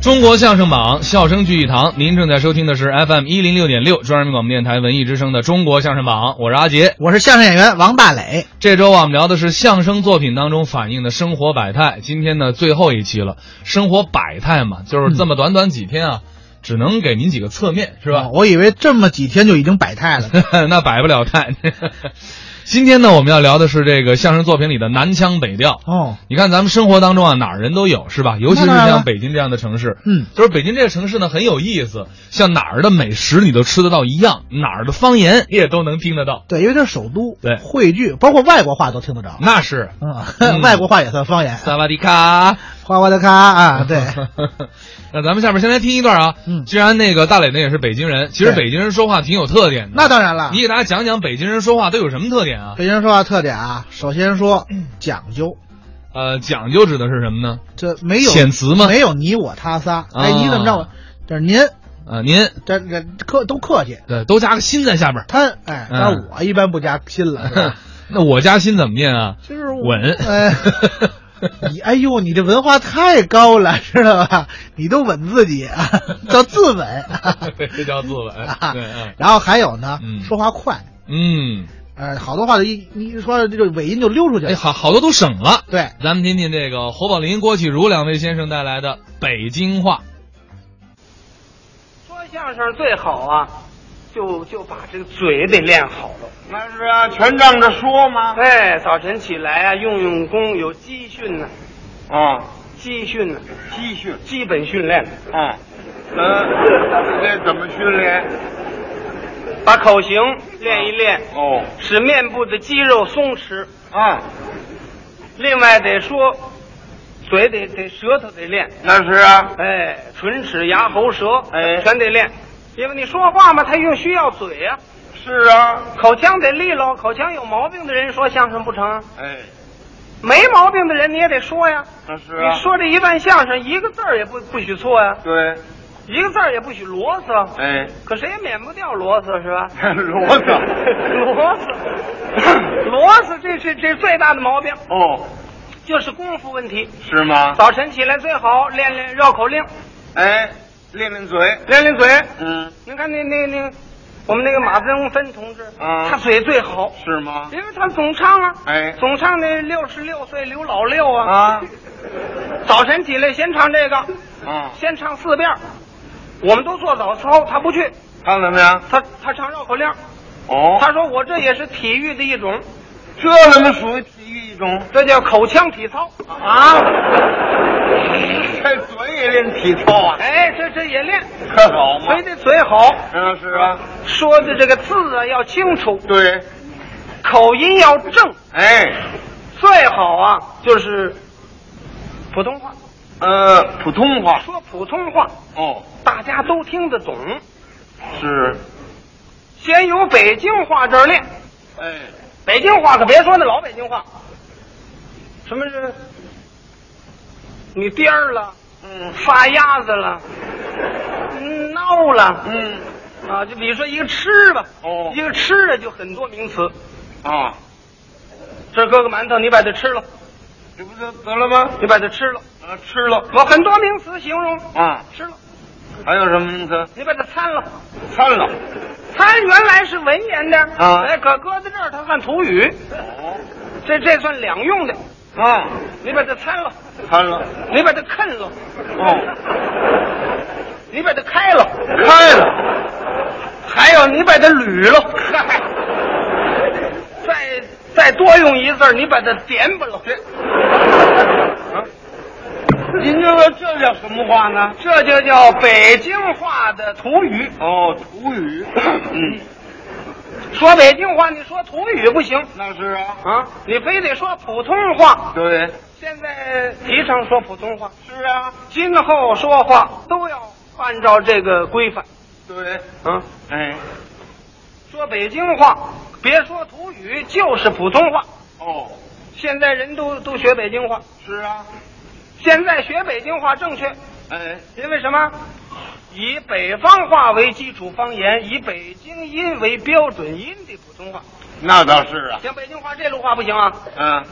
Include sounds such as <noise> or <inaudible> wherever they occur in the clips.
中国相声榜，笑声聚一堂。您正在收听的是 FM 一零六点六，中央人民广播电台文艺之声的《中国相声榜》，我是阿杰。我是相声演员王大磊。这周啊，我们聊的是相声作品当中反映的生活百态。今天呢，最后一期了，生活百态嘛，就是这么短短几天啊，只能给您几个侧面，是吧 <laughs> 嗯哦？我以为这么几天就已经百态了。那摆不了态。 <laughs> 今天呢，我们要聊的是这个相声作品里的南腔北调。哦，你看，咱们生活当中啊，哪儿人都有，是吧？尤其是那当然像了北京这样的城市，嗯，就是北京这个城市呢很有意思，像哪儿的美食你都吃得到一样，哪儿的方言也都能听得到。对，因为这是首都，对汇聚，包括外国话都听得着。那是嗯嗯，外国话也算方言。萨瓦迪卡。 <laughs> 花花的咖啊，对，那咱们下面先来听一段啊。嗯既然那个大磊呢也是北京人，其实对北京人说话挺有特点的。那当然了你。给大家讲讲北京人说话都有什么特点啊？北京人说话特点啊，首先说 <clears throat> 讲究，呃，讲究指的是什么呢？这没有遣词吗没有你我他仨。哎，啊你怎么着我？这是您，啊，您这这客都客气。对都加个心在下边儿。他哎，嗯但我一般不加心了，是吧 <laughs> 那我加心怎么念 <laughs> 啊？ <laughs> 就是我稳。 <laughs> 哎你哎呦，你这文化太高了，知道吧？你都吻自己，啊，叫自 <laughs> 吻。对，这叫自刎。 <laughs> 啊对，嗯然后还有呢，嗯说话快，嗯，呃，好多话就一一说这个尾音就溜出去哎，了。好好多都省了。对，咱们听听这个侯宝林、郭启儒两位先生带来的北京话。说相声最好啊，就就把这个嘴得练好了。那是啊，全仗着说嘛。哎，早晨起来啊，用用功，有基训呢、啊，基训呢、基训基本训练，啊，嗯，这怎么训练？把口型练一练，哦，使面部的肌肉松弛。啊，另外得说，嘴得得舌头得练，那是啊，哎，唇齿牙喉舌，哎全得练。因为你说话嘛，它又需要嘴呀、是啊，口腔得利落。口腔有毛病的人说相声不成啊，哎，没毛病的人你也得说呀。那是啊，你说这一段相声，一个字儿也不不许错呀、对，一个字儿也不许啰嗦。哎，可谁也免不掉啰嗦，是吧？ <laughs> 骡子， <laughs> 啰嗦，啰嗦，这是这是最大的毛病，哦，就是功夫问题。是吗？早晨起来最好练练绕口令，哎，练练嘴，练练嘴。嗯，你看那那那，我们那个马增芬同志，嗯他嘴最好，是吗？因为他总唱啊，哎总唱那六十六岁刘老六啊。啊，早晨起来先唱这个，啊，先唱四遍儿。我们都做早操，他不去，看怎么样？他他唱绕口令儿，哦，他说我这也是体育的一种，这怎么属于体育一种？这叫口腔体操。啊，这哎嘴也练体操啊，哎，这这也练，可好嘛所以？这嘴好，嗯，是啊，说的这个字啊要清楚，对，口音要正。哎，最好啊就是普通话，呃，普通话，说普通话哦，大家都听得懂。是，先由北京话这儿练，哎，北京话可别说那老北京话，什么是？你颠儿了，嗯发鸭子了，嗯闹了，嗯，啊，就比如说一个吃吧，哦一个吃的就很多名词。啊，这儿搁个馒头，你把它吃了，这不就得了吗？你把它吃了，啊，吃了，我很多名词形容啊，吃了，还有什么名词？你把它掺了，参了，掺原来是文言的，啊哎，可搁在这儿它算土语，哦，这这算两用的，啊，你把它掺了，参了，你把它啃了，哦，你把它开了，开了，还有你把它捋了，嗨，再再多用一字儿，你把它点吧了，啊您就说这叫什么话呢？这就叫北京话的土语。哦，土语，嗯， <coughs> 说北京话，你说土语不行那是啊，啊，你非得说普通话。对，现在提倡说普通话，是啊，今后说话都要按照这个规范对，啊。哎，说北京话，别说土语，就是普通话。哦，现在人都都学北京话，是啊，现在学北京话正确，哎，因为什么？以北方话为基础方言，以北京音为标准音的普通话。那倒是啊，像北京话这路话不行啊，嗯，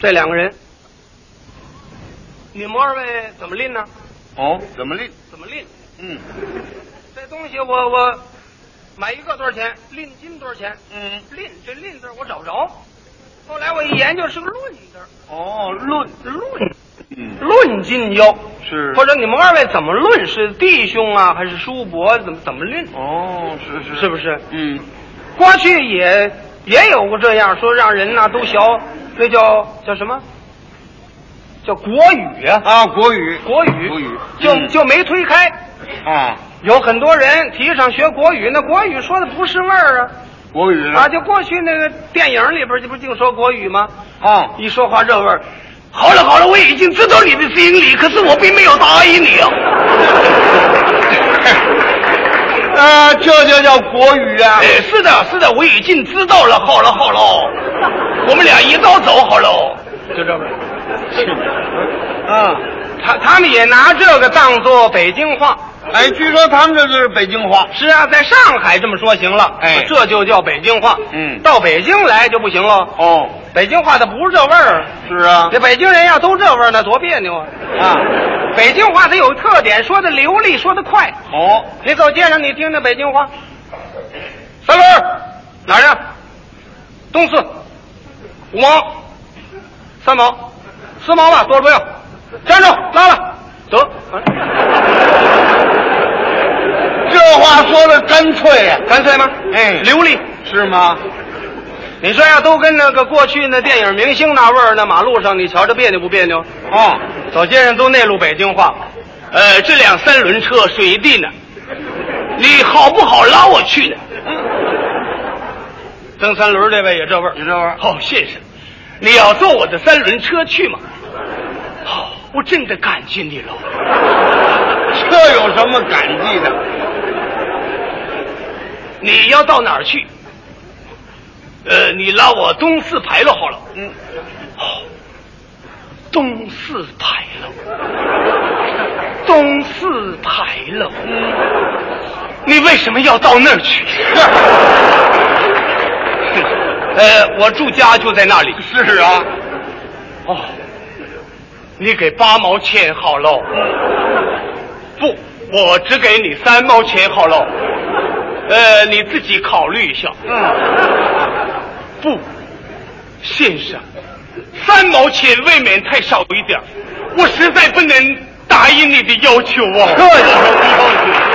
这两个人，女模儿呗，怎么拎呢？哦，怎么拎？怎么拎？嗯这东西我我买一个多少钱？拎斤多少钱？嗯，拎这拎字儿我找不着。后来我一研究是个论字儿，哦，论论嗯论斤腰。是我说你们二位怎么论？是弟兄啊，还是叔伯？怎么怎么论？哦，是是是不是嗯，过去也也有过这样说，让人呐、都学那叫叫什么？叫国语啊，啊，国语国语，国语就、嗯就没推开。啊，有很多人提倡学国语，那国语说的不是味儿啊。国语啊，就过去那个电影里边，这不净说国语吗？啊，一说话这味儿。好了好了，我已经知道你的心理，可是我并没有答应你啊。呃，这就叫国语啊哎，是的，是的，我已经知道了。好了 <laughs> 好了，我们俩一道走好了。就这么，啊，他他们也拿这个当做北京话。哎，据说他们这就是北京话，是啊，在上海这么说行了，哎这就叫北京话。嗯到北京来就不行了。哦，北京话它不是这味儿，是啊这，北京人要都这味儿，那多别扭啊！ <laughs> 啊，北京话它有特点，说的流利，说的快。哦，你走街上，你听听北京话。三轮儿哪儿呀？东四，五毛，三毛，四毛吧，多少不要？站住，拉了，走。这话说的干脆呀，干脆吗？哎流利。是吗？你说要都跟那个过去那电影明星那味儿，那马路上你瞧着别扭不别扭？哦啊，走街上都内陆北京话。呃，这辆三轮车水地呢，你好不好拉我去呢？蹬三轮这位也这味儿，你这玩意儿，好、先生，你要坐我的三轮车去吗？好、我真的感谢你了。这有什么感激的？你要到哪儿去？呃，你拉我东四牌楼好了。嗯，哦，东四牌楼，东四牌楼。你为什么要到那儿去？ <laughs> 呃，我住家就在那里。是啊，哦，你给八毛钱好喽。不，我只给你三毛钱好喽。呃，你自己考虑一下。嗯，不，先生，三毛钱未免太少一点儿，我实在不能答应你的要求啊。这有什么要求？